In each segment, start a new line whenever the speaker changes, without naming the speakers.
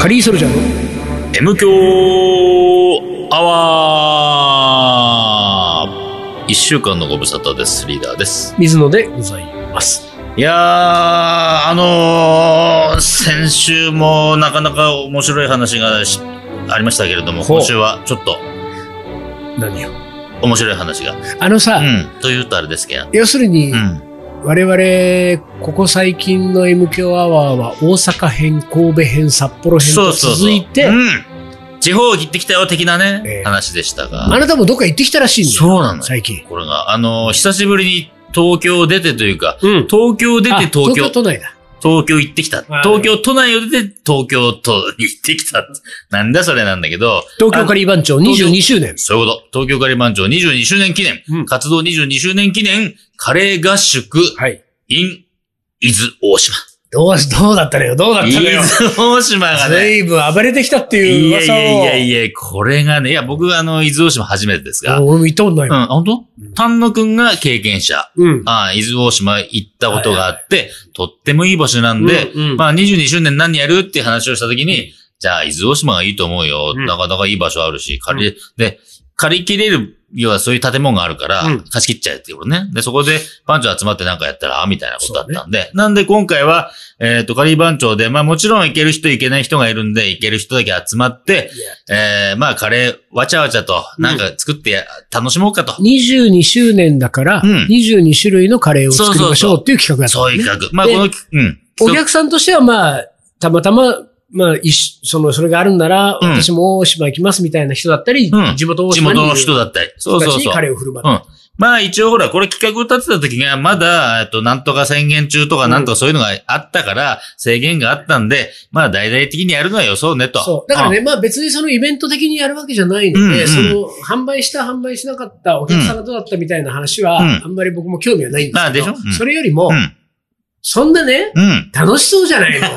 カリーソルジャーの
M 強アワー一週間のご無沙汰です。リーダーです。
水野でございます。
いやー、あのー、先週もなかなか面白い話がしありましたけれども、
ほう
今週はちょっと
何よ。
面白い話が。
あのさ、
うん。というとあれですけど。
要するに
う、ん。
我々、ここ最近の m k アワーは大阪編、神戸編、札幌編
そ
と
うそうそう。
続いて、
うん。地方行ってきたよ的なね、
ええ
話でしたが。
あなたもどっか行ってきたらしいんだよ。
そうなのよ
最近。
これが、あのー、久しぶりに東京出てというか、
うん。
東京出て
あ
東京
東京都内だ。
東京行ってきた。
はい
東京都内を出て東京都に行ってきた。なんだそれなんだけど。
東京カリー番長22周年。
そういうこと。東京カレー番長22周年記念。
うん
活動22周年記念。カレー合宿
はい。
in 伊豆大島。
どうし、どうだったのよ、どうだっ
伊
たのよ。
豆大島がね。
随分暴れてきたって
い
いう
やい
噂を。
やいやいや、これがね、いや、僕はあの、伊豆大島初めてですが。うん、
俺も行ったことないもん。
あ本当
うん
丹野くんが経験者。
うん。
ああ、伊豆大島行ったことがあって、とってもいい場所なんで、
うんうん
まあ22周年何やるっていう話をしたときに、じゃあ伊豆大島がいいと思うよ。
うん
なかなかいい場所あるし、借り、で、借り切れるようなそういう建物があるから、
うん
貸し切っちゃえっていうことね。で、そこで番長集まってなんかやったら、あみたいなことだったんで。なんで今回は、えっ、と、仮番長で、まあもちろん行ける人行けない人がいるんで、行ける人だけ集まって、えー、まあカレーわちゃわちゃと、なんか作ってや楽しもうかと。
22周年だから、
うん
22種類のカレーを作りまし
そうそう
ょ
そう
っていう企画だった
そ
の
ういう
ね。
企画。まあ
で
このき、うん。
お客さんとしては、まあ、たまたま、まあ、一緒その、それがあるんなら、
うん
私も大島行きますみたいな人だったり、
うん
地元大
地
島に
元
い
の
る
人だったり。そう
人
そ
たち
う
に
そう
カ。レーを振る舞
う
っ
ん。まあ一応ほら、これ企画を立てた時が、まだ、えっと、なんとか宣言中とか、
うん
なんとかそういうのがあったから、制限があったんで、まあ大々的にやるのはよそうね
た。
と。
そう。だからね、まあ別にそのイベント的にやるわけじゃないので、
うんうん
その、販売した、販売しなかった、お客さんがどうだったみたいな話は、
うん
あんまり僕も興味はないんで
まあ
すけ
で
ど、
しょうん
それよりも、
うん。うん。
そんなね、
うん。
楽しそうじゃない の。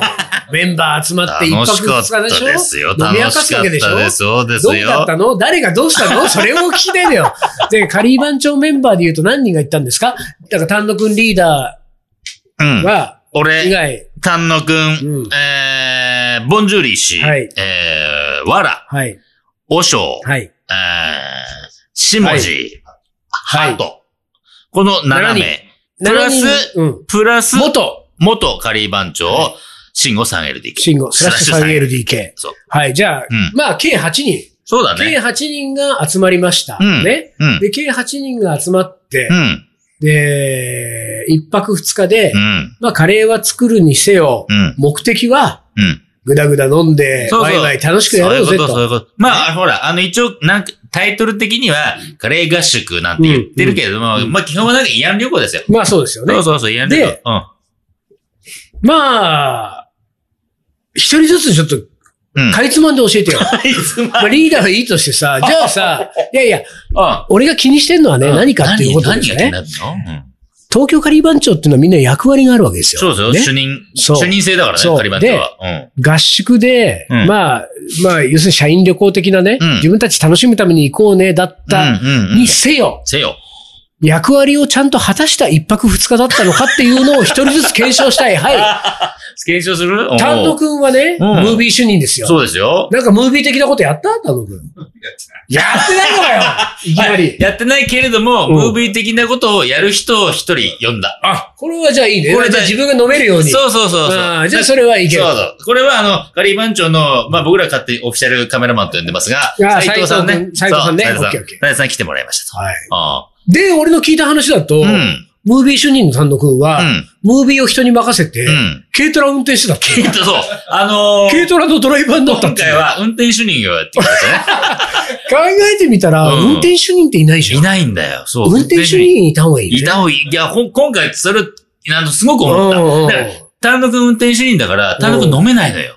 メンバー集まって一
楽し
泊
か
二
っ
日で
た
しょ
ですよ。
飲
楽
み明か
しかっ
すわ
た
けでしょ
です。そうです
どうだっ
よ。
たの誰がどうしたのそれをお聞きたいのよ。 で、カリー番長メンバーで言うと何人が行ったんですかだから丹野くんリーダ
う
ー
ん。
は、以
俺、
外、
丹野く、
うんん
えー、ボンジュリー氏、
はい
えー、わら、
はい、
おしょう、
はい、
えー、しもじ、
はい
はと、この7名。プラス
7人うん、
プラス、
元、
元カリー番長
は、
慎吾さん LDK。
シンゴ、スラッシュ 3LDK。
そう。
はい、じゃあ、
うん
まあ、計8人。
そうだ
計
ね。
8人が集まりました。
うん
ね。
うん。
で、計8人が集まって、
うん。
で、1泊2日で、
うん。
まあ、カレーは作るにせよ、
うん。
目的は、
うん。
ぐだぐだ飲んで、
そうそう
ワイワイ楽しくや
そうい
ろう
うこ
ぜ
と、
と
そう。いうこと。まあ、ほら、あの、一応、なんか、タイトル的には、カレー合宿なんて言ってるけれども、
うん
まあ、基本はなんか、慰安旅行ですよ。
まあ、そうですよね
そう。そうそう、慰安旅行
で。
うん。
まあ、一人ずつちょっと、
うん。
かいつまんで教えてよ。
いつま
まあ、リーダーはいいとしてさ、じゃあさ、いやいや、俺が気にしてんのはね、
うん
何かっていうことで
何
す
何が気に
ね。
なるのうん
東京カリー番長っていうのはみんな役割があるわけですよ。
そうそう、
ね
主任、
そう
主任制だからね
そ、う
カリー番長は。うん。
合宿で、
うん
まあ、まあ、要するに社員旅行的なね、
うん
自分たち楽しむために行こうね、だった、
うんうんうん
に。せよ、
せよ。
役割をちゃんと果たした一泊二日だったのかっていうのを一人ずつ検証したい。 は
検証する
い。丹野
独
くんはね、
うん
ムービー主任ですよ。
そうですよ。
なんかムービー的なことやった丹野くん。やってないのか よいきなり。
やってないけれども、
うん
ムービー的なことをやる人を一人呼んだ。
あ、これはじゃあいいね。
これで
じゃあ自分が飲めるように。
そうそうそうそう。
あーじゃあそれはいける
そうそう。これはあの、カリー番長の、まあ僕ら勝手にオフィシャルカメラマンと呼んでますが、
やー
斉藤さんね。
斉藤君斉藤さんね
そう斉
オッケーオッ
藤
ケ
さん斉藤さん来てもらいましたと。
はい。
あ
で、俺の聞いた話だと、
あうん。
ムービー主任の丹野くんは、
うん。
ムービーを人に任せて、
うん。
軽トラ運転してたって。
えっと、そう。あのー
軽トラのドライバーになったっ
今
て。
回は運転主任をやってきました ね。
考えてみたら、
うん
運転主任っていないじゃ
い
ん。
ないんだよ。そう。
運転主任いた方がいい、ね。
いた方がいい。いや、ほん今回それ、あの、すごく思
うんうんうん
った。だから、単独運転主任だから、単独飲めないのよ。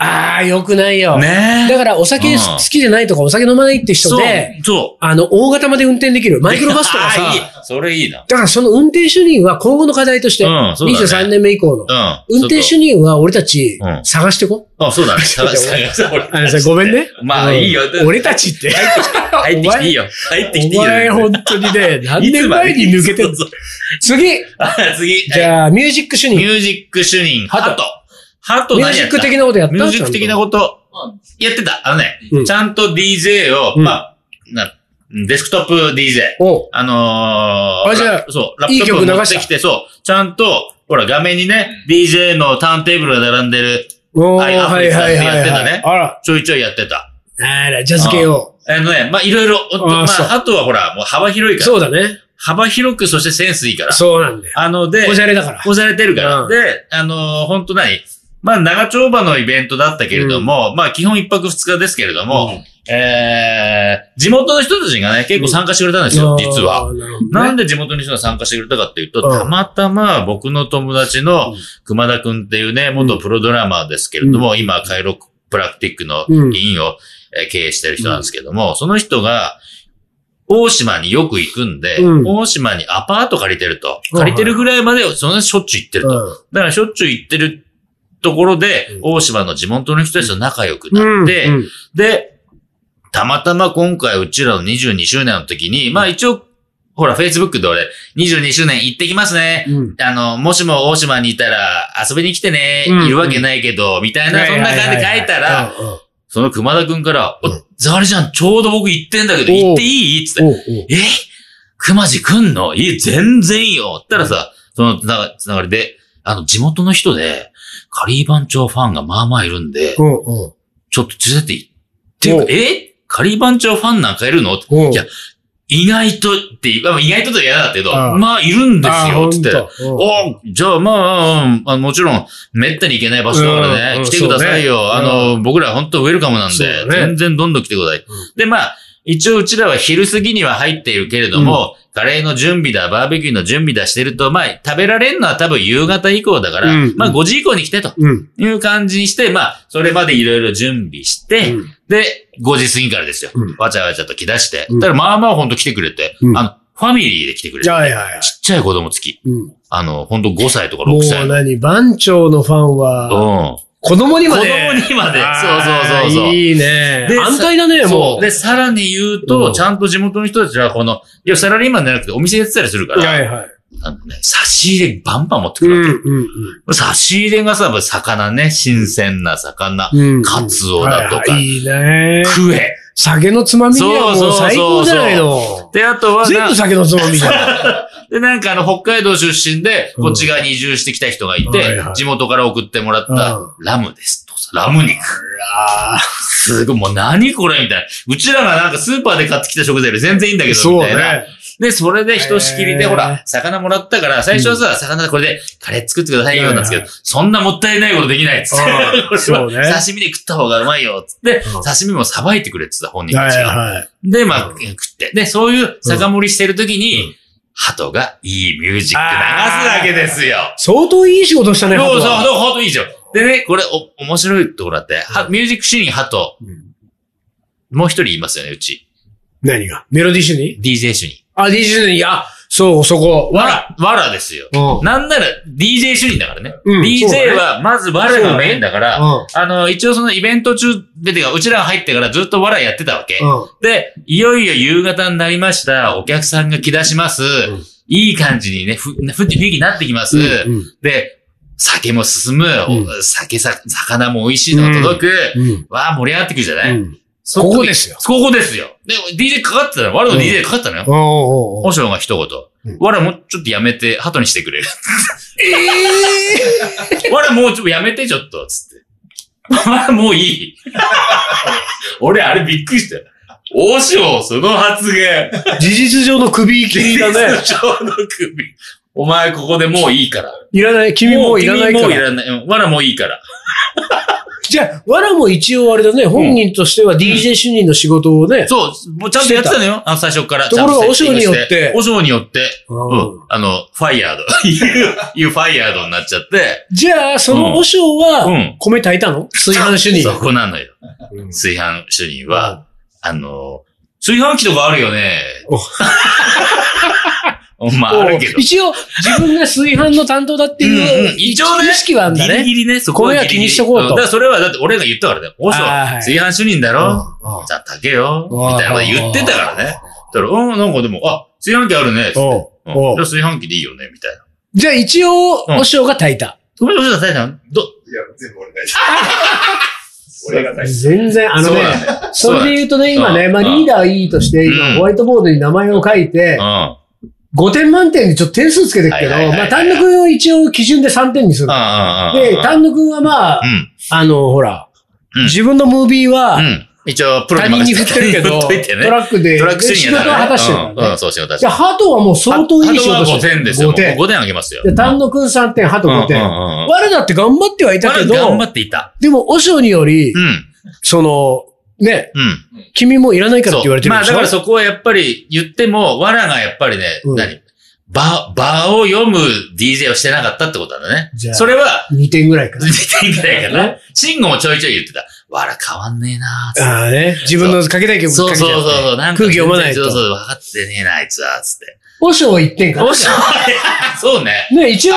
ああ、よくないよ。
ねえ
だから、お酒
うん
好きじゃないとか、お酒飲まないって人
そう
で、、
そう。
あの、大型まで運転できる。マイクロバスとか
あ
さ
ーいい。それいいな。
だから、その運転主任は今後の課題として、
うんそうだね
23年目以降の。
うん。
運転
ち
手任は俺たち
うん
探してこ。
ょっとあ、そうだね。探
ちょっと
探して俺
あのさ、ごめんね。
まあ
うん
いいよ
俺たちって。
入ってきていいよ。入ってきていい
お
よ。
前本当にね、何年前に抜けてん
る
の次
次。
じ
はい
ゃあ、ミュージック主
ミ
任。
ュージック主任、
ハ
ハ
ト
ト。ハト
ミュ
何
ージ
やっ
ッ
た
ク的なことやった
ミュージック的な
こ
こと、やってた。あのね、
うん
ちゃんと DJ を、
うん
まあ、なデスクトップ DJ。
と。お
あのー、
あじゃあ
ラそう、ラッ
い
プトッ
い曲
プ
流
持
した
ってきて、そう、ちゃんと、ほら、画面にね、DJ のターンテーブルが並んでる、
おー
はいアフリカでやってたね
あら、
ちょいちょいやってた。
あら、ジャズ系を。
あのね、まあ、いろいろ、ほんと
あー
ま
そう
あ、あとはほら、もう幅広いから、
そうだね。
幅広く、そしてセンスいいから。
そうなんだよ。
あの、で、
おしゃれだから。
押されてるから。
うん
で、あのー、本当何まあ、長丁場のイベントだったけれども、まあ、基本一泊二日ですけれども、えー、地元の人たちがね、結構参加してくれたんですよ、実は。
あー。なるほどね
なんで地元の人が参加してくれたかっていうと、
うん
たまたま僕の友達の
うん
熊田くんっていうね、元プロドラマーですけれども、今、カイロプラクティックの委員をえー経営してる人なんですけども、その人が、大島によく行くんで、
うん
大島にアパート借りてると。
うん
借りてるぐらいまで、そんなしょっちゅう行ってると。だからしょっちゅう行ってるところで、
うん
大島の地元の人たちと仲良く
うん
なって、
うん
で、たまたま今回うちらの22周年の時に、まあ一応、ほら、Facebook で俺、22周年行ってきますね。
うん
あの、もしも大島にいたら遊びに来てね、
うん
いるわけないけど、みたいな、そんな感じで書いたら、、
うんうん
その熊田くんから、
う
お
ん
ザワリちゃん、ちょうど僕行ってんだけど、
おう
行っていいつって、
おうおう
え熊地くんのいえ、全然いいよ。ったらさ、そのつながつながりで、あの、地元の人で、カリー番長ファンがまあまあいるんで、
おうおう
ちょっと連れていいっていう
お
か、えカリー番長ファンなんかいるの
おう
いや意外とっていう、まあ意外ととは嫌だけど、
ああ
まあいるんです
あーほ
よ、
ん
つって。
とうん
おじゃあまあうんあの、もちろん、めったに行けない場所だから
うんう
ね、
ん
来てください
そう
よ。
ね
あの、僕ら本当ウェルカムなん
そう
で
だ、ね
全然どんどん来てください
うん。
で、まあ、一応うちらは昼過ぎには入っているけれども、カレーの準備だ、バーベキューの準備だしてると、まあ、食べられるのは多分夕方以降だから
うん、
まあ5時以降に来てと
うん。
いう感じにして、まあ、それまでいろいろ準備して、
うん
で、5時過ぎからですよ
うん。
わちゃわちゃと来だして。
うん
ただまあまあほんと来てくれて
う、ん
あの、ファミリーで来てくれ
じ
て。
ゃあ、はいはいはい。
ちっちゃい子供付き。
うん
あの、ほんと5歳とか
も
6
う
歳の。
何、番長のファンは、
うん。
子供に
子
ま
供
で。
にまで。
あー
そうそうそうそう。
いいね。
で
安泰だね、
そ
も
う。
う。
で、さらに言うと、
うん
ちゃんと地元の人たちは、この、いや、サラリーマンじゃなくてお店やってたりするから、
はいはい。
あのね、差し入れバンバン持ってく
うん、う
るわけ。
ん、
差し入れがさ、魚ね、新鮮な魚、
うんうん。
カツオだと
は
か、
いはいいいね。
クエ。
酒のつまみにはもう最高じゃないの。
で、あとは
全
な
部、酒のつまみじゃん。
で、なんかあの、北海道出身で、こっち側に移住してきた人がい
は
て
いは、い
地元から送ってもらっ
うん
たラムですと。ラム肉。すごい、もう何これみたいな。うちらがなんかスーパーで買ってきた食材より全然いいんだけど、
そう
みたいな。
ね。
で、それでひとしきり
へ
で、
ー
ほら、魚もらったから、最初はさ、魚これでカレー作ってくださいよ、なんですけ
は
ど、そんなもったいないことできないっつっ
う。
て
ん
これ は
そうね
刺身で食った方がうまいよ、つって
うん、
刺身もさばいてくれって言ってた、本人た
は
ち
い
が。
はい。
で、まあ
う、ん
食って。で、そういう酒盛りしてるときに、
うん
鳩がいいミュージック流すだけですよ。
相当いい仕事した
そ
ね、
うそう、
鳩は
鳩いいじゃん。でね、これ、お、面白いところだって、はミュージックシーンに鳩、
うん
もう一人いますよね、うち。
何がメロディッシュに
DJ 主任。
あ、ディッシュに、あ、そう、そこ。わら。
ら。わらですよ。
うん。
なんなら DJ 主任だからね。
うん
DJ は、まずわらがメインだから、
うん
あの、一応そのイベント中、でてか、うちらが入ってからずっとわらやってたわけ。
うん。
で、いよいよ夕方になりました。お客さんが来だします。
ん
いい感じにね、ふ、ふ雰囲気になってきます。
うん
で、酒も進む。
う
お酒さ、魚も美味しいのが届く。
うん。
わあ、盛り上がってくるじゃない、
うん。
その
こ
時
こですよ。
ここですよ。で、DJ かかってたの。わらの DJ かかったのよ。
おうおうおう
和尚が一言。
うん
わらもうちょっとやめて、鳩にしてくれ。
ええ
わらもうちょっとやめて、ちょっと。つって。わらもうい い。俺、あれびっくりしたよ。和尚、その発言。
事実上の首切り だね。
ちょうど首。お前ここでもういいから。
いらない、君もういらない
もう
か
君もうい
ら。
らない。うんわらもういいから。
じゃあ、わらも一応あれだね、本人としては DJ 主任の仕事をね、
そう、もうちゃんとやってたのよ。あの最初から。
ところが
ちゃんとセッティングして
和尚によって
和尚によっ
う
て。う
ん
ん。あの、ファイヤード。 いう、いうファイヤードになっちゃって。
じゃあ、その和尚
う
は
ん、
米炊いたの炊飯主任。
そこなのよ。
うん
炊飯主任は、あの、炊飯器とかあるよね
お。
まあ、あるけど。
一応、自分が炊飯の担当だっていう、
うん一応ね
意識はあるんだね。
ギリギリね、そこ
米は
ギリギ
気
リ
にしとこうと
んだからそれはだって俺が言ったからね。おそ、
あーはい
炊飯主任だ
うん
ろ。じゃあ炊けよ。みたいなこと言ってたからね。。だから、うん、なんかでも、あ、炊飯器あるね。
うんおう
うん
おう
じゃあ炊飯器でいいよね、みたいな。
じゃあ、一応、
うん
和尚が炊いた。
ごめん、お嬢さん、大ちゃん、ど、
や、全部俺が大俺が大事。
全然、あの
そう
ね
なんだよ、
それで言うとね、
そう
今
なんだよ
ね、まあ
うん
リーダーいいとして、
う
今
ん
ホワイトボードに名前を書いて、
うん。
5点満点でちょっと点数つけていくけど、
はいはいはい
ま
は
あ
い
単独を一応基準で3点にする。で、
で
単独はまあ
う、ん。
あの、ほら、
うん
自分のムービーは、
うん。一応、プロ
他人
に
に
任
振
せ
ってるけど、
振っといてね。
トラックで、
トラック
で
主義
仕
だ
事は果
からね
たしてるからね。
うんうん、そう、仕事は
じゃあ、ハトはもう相当いい仕事
あとは
し
5
てる。
点ですよ。
5点。
5点あげますよ。
で、単独3点、ハト5
うんう
点。
んうんうん
我だって頑張ってはいたけど、
まあ頑張っていた。
でも、和尚により
う、ん。
その、ね、
うん。
君もういらないからっ
そ
て言
う
われてる
ま
ん
あ
でし
だ
ょ
からそこはやっぱり言っても、わらがやっぱりね、
うん
何場、場を読む DJ をしてなかったってことなんだね
じゃ。あ
それは、
2点ぐらいかな。
出ていかないか
う
な。慎吾もちょいちょい言ってた。わら変わんねえなーっつって
ああね。自分のかけたい曲
そ
か
う
け
そう
ち
そう
ゃ
そう。
う。空
なんか
気読まない
そう
と。
そう、分かってねえな、あいつは、つって。
和尚1点かな
お。しゃ そうね。
ね、一応、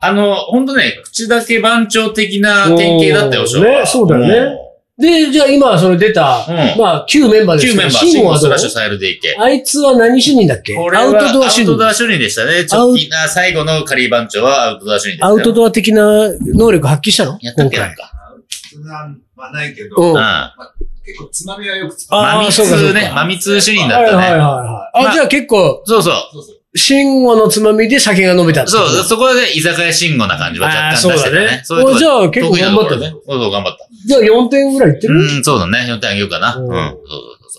あの、ほんとね、口だけ番長的な典型だったよ、
うん
翔は
ねそうだよね。で、じゃあ今それ出た、
うん
まあ9メンバーです
9
け
メン
ど、
バー、
シ
シ
ン
ン
ゴ
ゴ
はど
ス
う
ラッシュされていけ。
あいつは何主任だっけ
これは
アウトドア主
アウトド
任。
ア主任でしたね。ちょっといな、最後のカリー番長はアウトドア主任でした
ア
よ
ウトドア的な能力発揮したの
やったっ
今
けなん
回。
か。
普段はないけ
う
ど、
ん
うん。
結構つまみはよくつま
まみ
ーそうかそう
つ
か
ね、まみつ主任だ
はい
っ
はい
た
はい
ね。
はい。あ、
まあ
じゃあ結構、
そうそう。
み。そうそう。
慎吾のつまみで酒が飲めたってこ
そ
と
う、そこで居酒屋慎吾な感じは若干出してたね。
あーそうだね
いとこ
おじゃあ結構頑張ったね
得意なところね。そうそう、頑張った。
じゃあ4点ぐらいいってる
うん、そうだね。4点あげようかな。
う
うんん。そうそうそう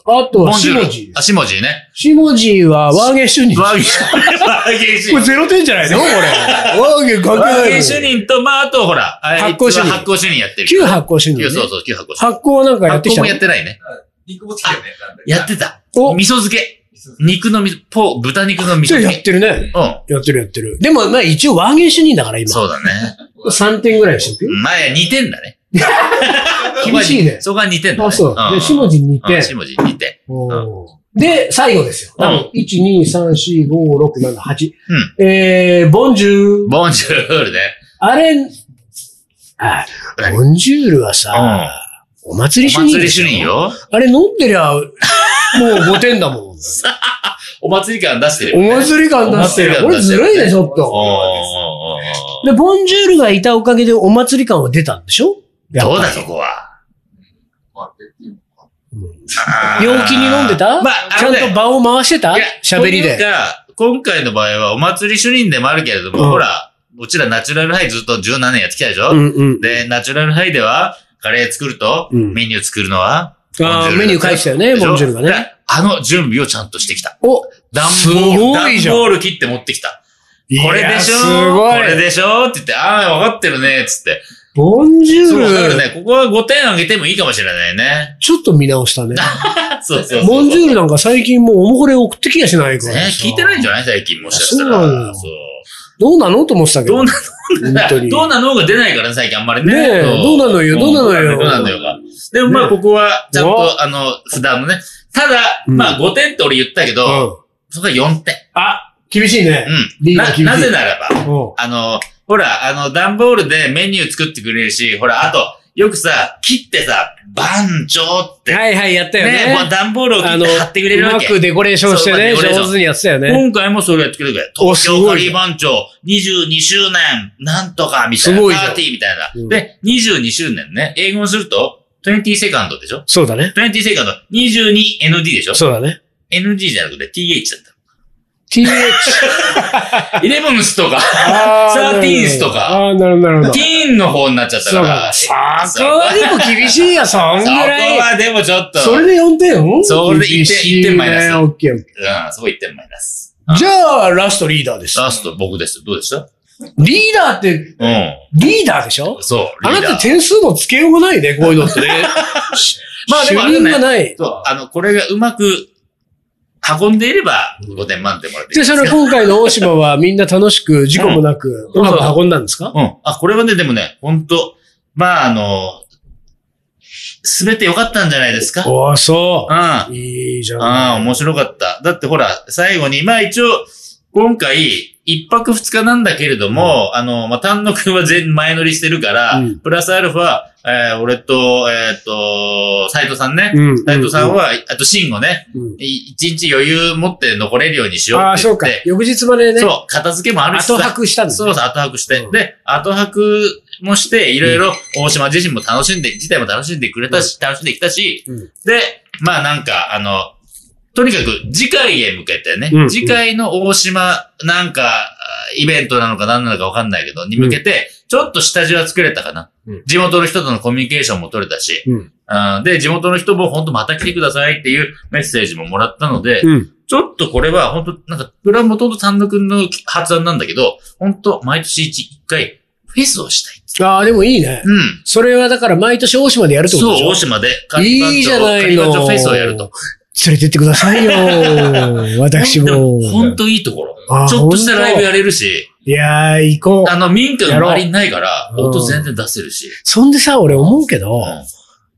そ
あ
う。
とは
ボン
シ
ジュー
モ
ル
ジー。
あ、シモジーね。
シモジーは ワーゲン主任。
ワーゲン、ワーゲン主任。
ゼロ点じゃないのこれ。ワーゲン関係
ワ
ないの。
ーゲン主任と、まあ、あと、ほら、
発行主任
あいつは発行主任やってる。
旧発行主任、
旧
ね。
そうそう、旧発行主任。
発行はなんかやってき
発行
た
も
の
やってないね。
肉もつけてね。なんだっけ
やってた。
お
味噌漬け。肉の味、ポ、豚肉の味
じゃ
噌
あやっ
漬け。
てるね。
うん。
やってるやってる。でも、まあ一応ワーゲン主任だから今。
そうだね。
3点ぐらいにしてく
前2点だね。
厳しいね
そこが2点だね。
あ、そう。で、シモジー2
うん
点。
下地2点。
おーで、最後ですよ。
うん
1、2、3、4、5、6、7、8。えー、ボンジュール。
ボンジュールね。
あれ、あ
何
ボンジュールは
う
さ、
ん。
お祭り主
お
任
祭
で
り
し
主
ょ。
任よ。
あれ飲んでりゃ、もう5点だもん。
お祭り感出してるよ
お
ね。
祭り感出してる。これずるいね、ちょっ
おーお
と。
ーおー
で、ボンジュールがいたおかげでお祭り感は出たんでしょ
どうだ、そこは。あー
陽気に飲んでた
まあ、
ちゃ
あの
ん
ね
と場を回してた
いや
喋り
という
で。
か、今回の場合はお祭り主任でもあるけれども、
うん
ほら、うちらナチュラルハイずっと17年やってきたでしょ、
うんうん。
で、ナチュラルハイでは、カレー作ると、
うん
メニュー作るのは、
あ
ボンジュー
ー
ル
メニュー書いてたよね、
でしょ
ボンジュールが
だか
ね。
らあの準備をちゃんとしてきた。
お、
段
す
ボ
ご
ー
い
ル、
じゃ
段
ん
ボール切って持ってきた。これでしょ
いやすご
これ
い。
でしょって言って、ああ、わかってるね、つって。
ボンジュ
そう、だか
ー
ら
ル、
ね、ここは5点あげてもいいかもしれないね。
ちょっと見直したね。
そうそうそう
ボンジュー
ル
ルなんか最近もうおもこれ送ってきやしないから
ね、
さ。
聞いてないんじゃない最近もしかしたら。
そうなのよ
そう
どうなのと思ってたけ
ど
ど
う。なの
本当に
どうなのが出ないからね、最近あんまりね。
ねえどうなのよどうなのよ
どうなのよが。でもまあ、ここは、ちゃん
ね
と、あの、普段のね。ただ、
うん
まあ、5点って俺言ったけ
う
ど、
ん
そこは4点。
あ、厳しいね。
う
リ
ん。
ーダー厳
な、
しい
なぜならば、
うん
あの、ほら、あの、段ボールでメニュー作ってくれるし、ほら、あと、よくさ、切ってさ、番長って。
はいはい、やったよ
ね
ね。
もう段ボールを切
あ
っ
の、
て貼ってくれる
う
わ
ま
け。
くデコレーションしてね、
そうデコレーション
上手にやってたよね。
今回もそれをやってくれるから、
お
東京カリ
すごい
ー番長22周年、なんとかみた
す
いな、
ごいじゃん
パーティーみたいな。
うん
で、22周年ね、英語にすると、20セカンドでしょ
そうだね。
?20 セカンド、22ND でしょ
そうだね。
?ND じゃなくて TH だっ
TH。
た。11と か、
あー
13th とか
ああー、なるほど、なるほど。
ティーンの方になっちゃった
そ
か
うか。
ら。
そ
そ
こ
こ
はでも厳しいや、そんぐ
そこ
らい。
はでもちょっと、
それ
うん、
で4点
それで一点
厳しい
一点マイナス
ねオッケーオッケ
そこ1点マイナス。
ーじゃあ、ラストリーダーです。
ラスト僕です。どうでした
リーダーって、
う
リーダーでしょ
ん。そう、
あ
リ
な
ーダ
た
ー。
点数のつけようがないね、こういうのって ね。
まあでもあ
主
れ
任が
ね、
ない。
そう、あの、これがうまく運んでいれば、5点満点もらっていい
で、
です
そ
か
の今回の大島はみんな楽しく、事故もなく、う
う
んまく運んだんですか
うん。あ、これはね、でもね、ほんと、まあ、あの、すべて良かったんじゃないですかうん。
おー、そう。
あ
いいじゃん。
あ、面白かった。だってほら、最後に、まあ一応、今回、一泊二日なんだけれども、あの、まあ、丹野くんは全前乗りしてるから、
うん
プラスアルファ、えー俺と、えーっ、と、斎藤さんね。
うん。
斉藤さんは、あと、シンをね、
うん、
い一日余裕持って残れるようにしよう
ああ、
って
そ
言
う
っ
か。、
て
翌日までね、
そう、片付けもあるしさ
後泊したんです
そうそう、後泊して。
うん
で、後泊もして、いろいろ大島自身も楽しんで、自体も楽しんでくれたし、楽しんできたし、
うん
で、まあなんか、あの、とにかく次回へ向けてね、
うんうん
次回の大島なんか、イベントなのか何なのかわかんないけど、に向けて、ちょっと下地は作れたかな。
うん
地元の人とのコミュニケーションも取れたし、
うん
あーで、地元の人も本当また来てくださいっていうメッセージももらったので、
うん。
ちょっとこれは本当なんか、これはもともと丹野くんの発案なんだけど、本当毎年一回フェスをしたい。
ああ、でもいいね。
うん。
それはだから毎年大島でやるってことでし
そう、
ょ
大島で、
いいじゃないの
カリバン町フェスをやると。
連れてってください よ。私も。
本当いいところ
あ。ー
ちょっとしたライブやれるし、
いやー、行こう
あ。の、民家が周りにないから、
やろう
音全然出せるし。
そんでさ、俺思うけど、
う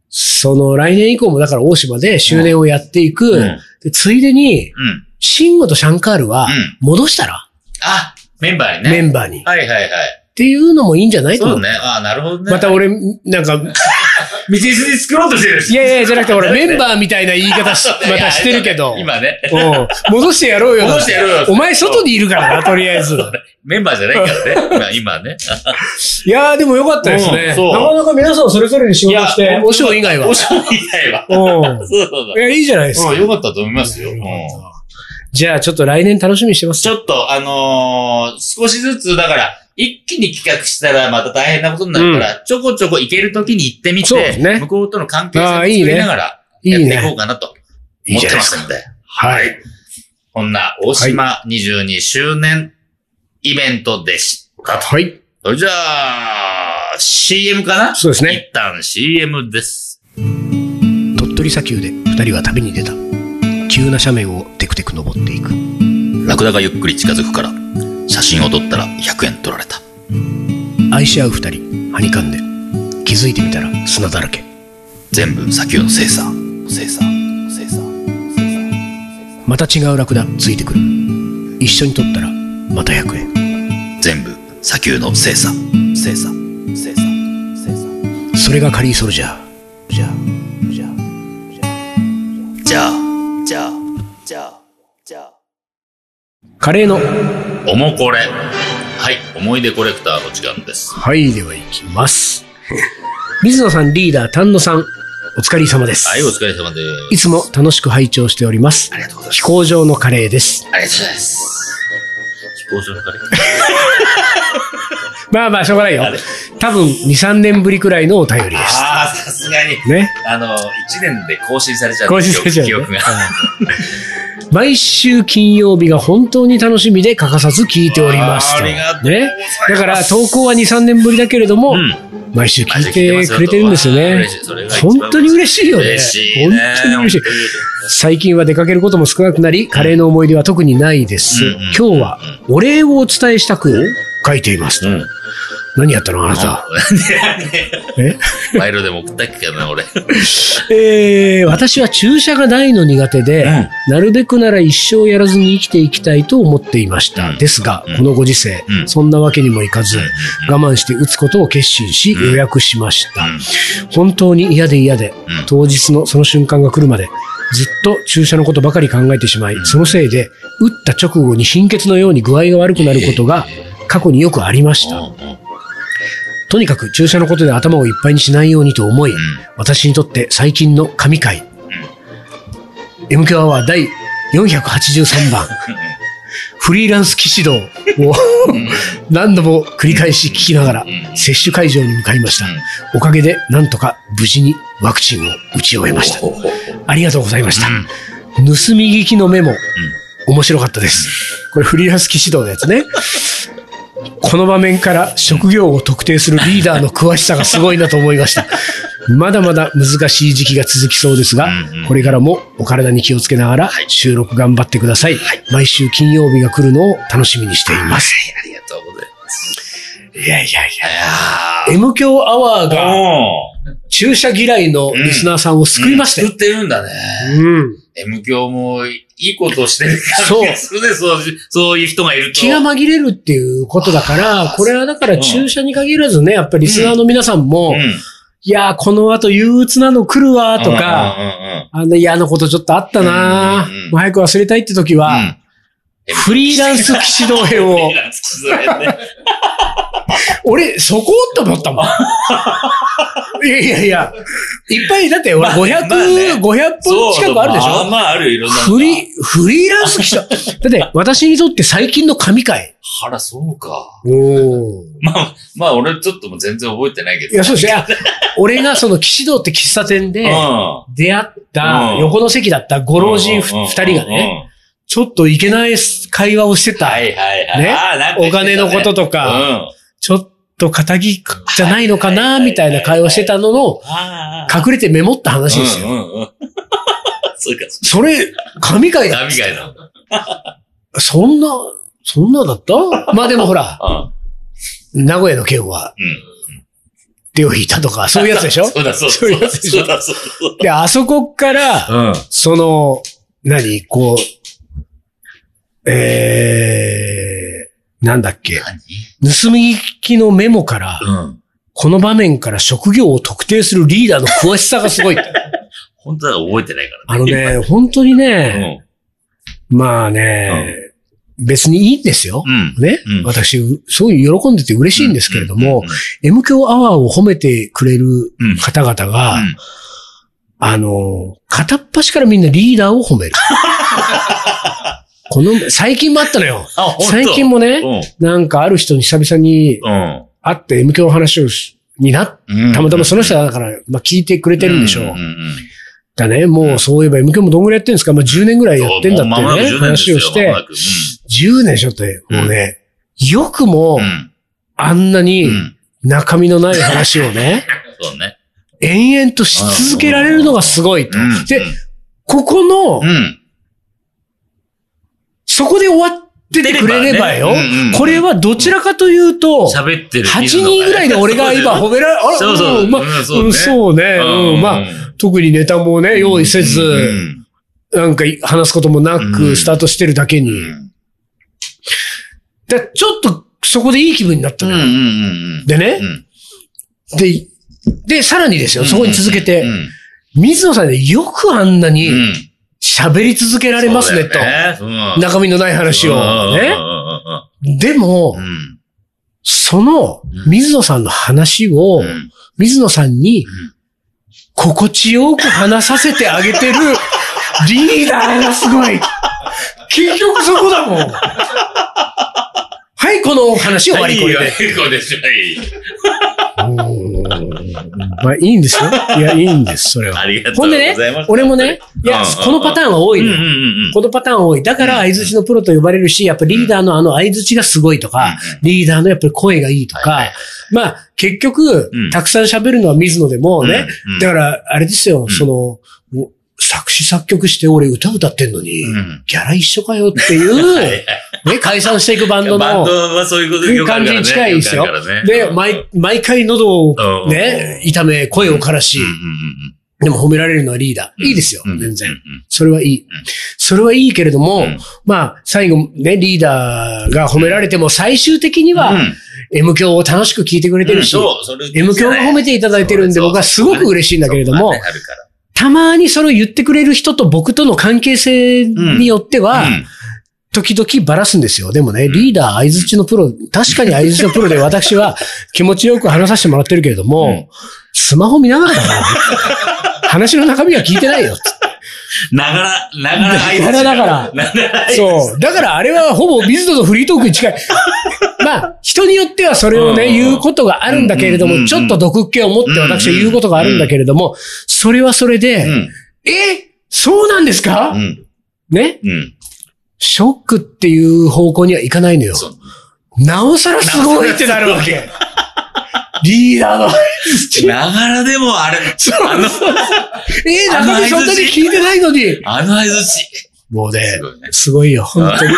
その来年以降もだから大島で周年をやっていく。
ん。うん。うん。
でついでに、シンゴとシャンカールは
うん
戻したら、
あ、メンバーに
メ
ね。
ンバーに。っ
はいはいはい。
ていうのもいいんじゃないと
そ
思
う
う。
ね。あなるほどね。
また、俺、なん か、
道筋作ろうとしてる
い
し。
やいや、じゃなくて俺メンバーみたいな言い方 し、またしてるけど。
今ね。
うん戻してやろうよ。
戻してやろうよ
お前外にいるからな、とりあえず。
メンバーじゃないからね。今今ね。
いやー、でもよかったです
うん
ね。
そう
なかなか皆さんそれぞれに仕事して、 おしょう以外は。
おしょう以外は。
うん。
そうそう
いや、いいじゃないです
そ
か
う。。よかったと思いますよ。うん
じゃあ、ちょっと来年楽しみにしてます。
ちょっと、あのー少しずつ、だから、一気に企画したらまた大変なことになるから、ちょこちょこ行けるときに行ってみ
そうです
て、
ね
向こうとの関係性を
あー
作
いいね
りながら、
いい
やっていこ
ね。
うかなと
いい
思っ
じゃ
て
ないで
ますすんで。
はい。
こんな、大島22周年イベントでした。
はい。
それじゃあ、CM かな
そうですね。
一旦 CM です。
鳥取砂丘で2人は旅に出た急な斜面をテクテク登っていく
ラクダがゆっくり近づくから写真を撮ったら100円取られた
愛し合う2人はにかんで気づいてみたら砂だらけ
全部砂丘の精査精査精査
また違うラクダついてくる一緒に撮ったらまた100円
全部砂丘の精査精査精査精査
それがカリーソルジャーじゃあじゃあ
じゃあじゃあじゃあじゃあ
カレーの
おもこれはい思い出コレクターの時間です
はいではいきます 水野さんリーダー丹野さんお疲れ様です、
はいお疲れ様で
い
す
つも楽しく拝聴しております
ありがとうございます
飛行場のカレーです
ありがとうござい ます飛行場のカレ
まあまあしょうがないよ
あれ
多分23年ぶりくらいのお便りです
ああさすがに
ね
あの1年で更新されちゃう
更新されちゃうね
記憶が
うん毎週金曜日が本当に楽しみで欠かさず聞いておりますと。
ありがとうござい
ね
ま。す
だから投稿は2、3年ぶりだけれども、
うん
毎週聞いてくれてるんですよね
嬉しいそれが。一番
本当に嬉しいよね。
嬉しいね
本当に嬉しい。最近は出かけることも少なくなり、カレーの思い出は特にないです。
うんうん
今日はお礼をお伝えしたく書いています。
うん。
何やったのあなた。え
マイルでも送ったっけかな、俺。
えー私は注射がないの苦手で、
う
なるべくなら一生やらずに生きていきたいと思っていました。
うん
ですが、
うん
このご時世、
うん
そんなわけにもいかず、
うん
我慢して打つことを決心し、
うん
予約しました。
うん
本当に嫌で嫌で、
うん
当日のその瞬間が来るまで、ずっと注射のことばかり考えてしまい、そのせいで、打った直後に貧血のように具合が悪くなることが過去によくありました。
うんうん
とにかく注射のことで頭をいっぱいにしないようにと思い、
う
私にとって最近の神回。m q アワー第483番、フリーランス騎士道を何度も繰り返し聞きながら
うん
接種会場に向かいました
うん。
おかげでなんとか無事にワクチンを打ち終えました。
ほうほうほう
ありがとうございました。盗み聞きのメモ、面白かったです。これフリーランス騎士道のやつね。この場面から職業を特定するリーダーの詳しさがすごいなと思いました。まだまだ難しい時期が続きそうですが
うんうん、
これからもお体に気をつけながら収録頑張ってください。毎週金曜日が来るのを楽しみにしています。
ありがとうございます。
いやいやいや。
い
M 強アワー
や
が
ー
注射嫌いのリスナーさんを救いましたよ
作。ってるんだね。
うん。
M 教もいいことしてる感じがするね、そうじそういう人がいると。
気が紛れるっていうことだから、これはだから注射に限らずね、やっぱりリスナーの皆さんも、
うん
いやー、この後憂鬱なの来るわ、とか、
うんうんうんうん
あんな嫌なことちょっとあったな
うんうんうん
もう早く忘れたいって時
う
は、
ん
フリーランス騎士道編を
フリーランス騎士道編ね
俺、そこと思ったもん。 いやいやいや、いっぱい、だって俺
まあ
500、
まあね
500本近くあるでしょ、
まあまああるよ、いろんなのが。
フリー、フリーランス記者。だって、私にとって最近の神回。
あら、そうか。
お
まあ、まあ、俺ちょっともう全然覚えてないけど。
いや、そうですね。いや俺がその岸堂って喫茶店で
うん。
出会った
うん
横の席だったご老人ふ
うんうん
二人がね、。ちょっといけない会話をして
うん
た。
はいはいはい。
ね
あーなんか
お金のこと
と
とか、
うん。
ちょっと肩着じゃないのか
はいはいは
な、
いはい
みたいな会話してたのの、
あー
隠れてメモった話ですよ。
うんうんうん。 そうか、そ
それ、神回
う
だ
か。。神回だ。
そんな、そんなだったまあでもほら、
うん。
名古屋の警護は
うん。
手を引いたとか、そういうやつでしょ
そうだ、そうだ。
そういうやつでしょ
そうだ、そうだそう
で、あそこから、
だ。うん。
その、何、こう、えー、なんだっけ、盗み聞きのメモから、
何うん。
この場面から職業を特定するリーダーの詳しさがすごい。
本当は覚えてないから
あの。ね、本当にね、
う
まあね、別にいいんですよ。
ん。うん。
ね、
うん
私、すごい喜んでて嬉しいんですけれども、M 響アワーを褒めてくれる
うん、うん。
方々が、
うん
あの、片っ端からみんなリーダーを 褒める。この、最近もあったのよ。
あ、本当
最近もね、なんかある人に久々に
うん。
会って M 響の話をしになっ
うん。
たまたまその人
が
だから、まあ聞いてくれてるんでしょう。
んん
だね、もうそういえば M 響もどんぐらいやってるんですかまあ10年ぐらいやってんだって
もう間もなく
ね、
10年です
話
よ
をして
間もな、く
10年しょって、もうね、よくも
うん。うん
あんなに
うん。
中身のない話をね、
そうね。
延々とし続けられるのがすごいと。
うん
で、ここの
う、ん。
そこで終わっててくれればよ
出ればねうんうんう。ん
これはどちらかというと、
喋ってる。
8人ぐらいで俺が今褒められ、あら、
そうそう。
んまあ
う
う
んね
んそうね。うんまあ、
あ、
特にネタもね、用意せ
う
ず、
ん
なんか話すこともな
う
く、
ん
スタートしてるだけ
う
に。
ん。
だちょっと、そこでいい気分になった
うん。うん。
の
う
よ
ん。
で
う
ね、
ん。
で、で、さらにですよ、そこに続け
う
て、
ん。
水野さんね、よくあんな
う
に
ん。
喋り続けら
あ
れますね、と。
うん。
中身のない話を。ね。
う
でも
んうんうんうん。う、ん
その、水野さんの話を
う、ん。
水野さんに
ん、
心地よく話させてあげ てるリーダーがすごい。結局そこだもん。はい、このお話終わりこれで。
いいよこれでしょい。
うーんまあ、いいんですよ。いや、いいんです、それは。
ありがと
ほ
うんご
で
ざい
ね
ます。、
俺もね、いや
うんうんう、ん
このパターンは多
う
い
んう
の
んう
よ。
ん。
このパターン多い。だから、相槌のプロと呼ばれるし、やっぱリーダーのあの相槌がすごいとか、リーダーのやっぱり声がいいと
はい
か
は、
まあ、結局
うん、
たくさん喋るのは水野でもね、
うんうん
だから、あれですよ、
ん
その、お作詞作曲して俺歌歌ってんのに、
うん
ギャラ一緒かよって いう、ね、解散していくバンド
バン
の
ド、はそういうことよくあるからね
感じに近いですよ
くあるからね
で、
うん
毎、毎回喉を
うん
ね、痛め、声を枯らし
うん、うん
でも褒められるのはリーダー。いいですよ、
うんうん
全然。
うん
それはいい。それはいいけれども、
うん
まあ、最後ね、リーダーが褒められても最終的には、
うん
M 響を楽しく聞いてくれてるし、
うんそうそれ
M 響が褒めていただいてるんで、
そうそう
僕はすごく嬉しいんだけれども
そうね、あるから
たまにそれを言ってくれる人と僕との関係性によっては、
うん
時々バラすんですよ。でもね、リーダー、相槌のプロ、確かに相槌のプロで私は気持ちよく話させてもらってるけれども、
うん
スマホ見ながら だから、話の中身は聞いてないよ。
ながら、なが
なが
ら
らだから
ながら
そう。だからあれはほぼ水野のフリートークに近い。まあ、人によってはそれをね、
うん
言うことがあるんだけれど
うんうんう
も、
ん
ちょっと毒っ気を持って私は言うことがあるんだけれども、それはそれで、
うん。
えそうなんですか、
うん。
ね
うん。
ショックっていう方向にはいかないのよ。
そう
なおさらすごいってなるわけ。リーダーの。
ながらでもあれ、あの、
えー、中身そんなに聞いてないのに。
あの相槌。
もうね
すごい、ね
すごいよ、本 当に。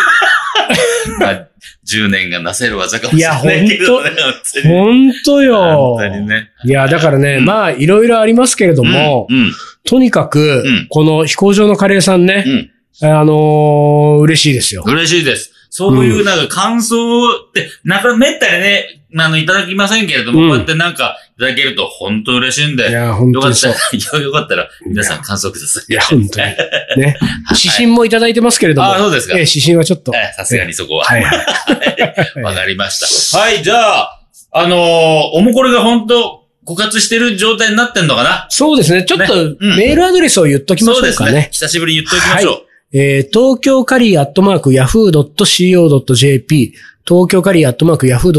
まあ、10年がなせる技かもしれないけどね。本当に
本当よ
本。当にね。
いや、だからね、
うん
まあ、いろいろありますけれども、
うん。うん
とにかく、
うん
この飛行場のカレーさん
う
ね、
ん。
あのー嬉しいですよ。
嬉しいです。そういうなんか感想って、なかなかめったにね、あの、いただきませんけれども、
うん
こうやってなんかいただけると本当嬉しいんで、
い
よ
や、本当
か
に
った
そう。
ら、 よよかったら、皆さん感想ください。
いや、本当に。 ね。指針もいただいてますけれども、
ああ、そうですか。
えー
え
指針はちょっと。
さすがにそこは。
はいはい。
わかりました。はい、じゃあ、あのー、おもこれが本当枯渇してる状態になってんのかな
そうですね。ちょっと
ねうん
メールアドレスを言っときましょ
そうで
う
す
か
ね
ね。。
久しぶりに言っておきましょう。
えー東京カリーアットマークヤフー .co.jp、東京カリーアットマークヤフー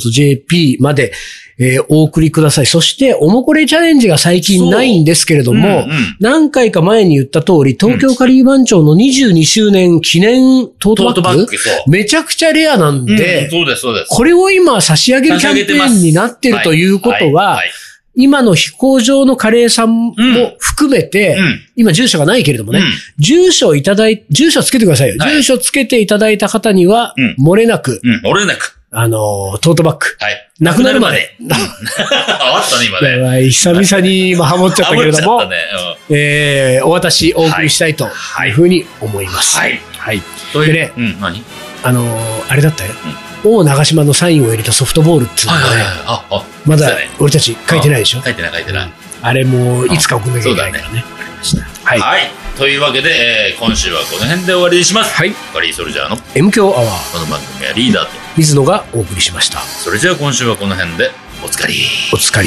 .co.jp まで、えーお送りください。そして、おもこれチャレンジが最近ないんですけれども、
うんうん
何回か前に言った通り、東京カリー番長の22周年記念トー
トー
ト
ト
バ
バ
ッグ
ッグ、そう。
めちゃくちゃレアなんで、
うんそうです、そうです。
これを今差し上げるキャンペーンになってるということは
は、い
今の飛行場のカレーさんも
うん
含めて、
はいうん。
今住所がないけれどもね、
うん
住所をいただい、住所つけてくださいよ。
はい
住所つけていただいた方には、
うん
漏れなく、
うん。俺なく。
あのー、トートバッグ、
はい。
なくなるまで。
あったね、今
や
ね。
ばい久々に、まあ、ハモっ ちゃったけれども、
あぶっちゃったねうん
えー、お渡しお送りしたいというふうに思います。。
はいい。
はい。
という
でね
うん、何
あのー、あれだったよ。王長島のサインを入れたソフトボールっていうのがね、
い。あ、あ、
まだ
そうだね
俺たち書いてないでしょ
書いてない、書いてない。
あれもいつか送んなきゃいけないからね。はい。
はい。というわけで、えー今週はこの辺で終わりにします。
はい。
カリーソルジャーのこ
M 強アワー、
の番組はリーダーと。
水野がお送りしました。
それじゃあ今週はこの辺で、おつかり。
お疲れ。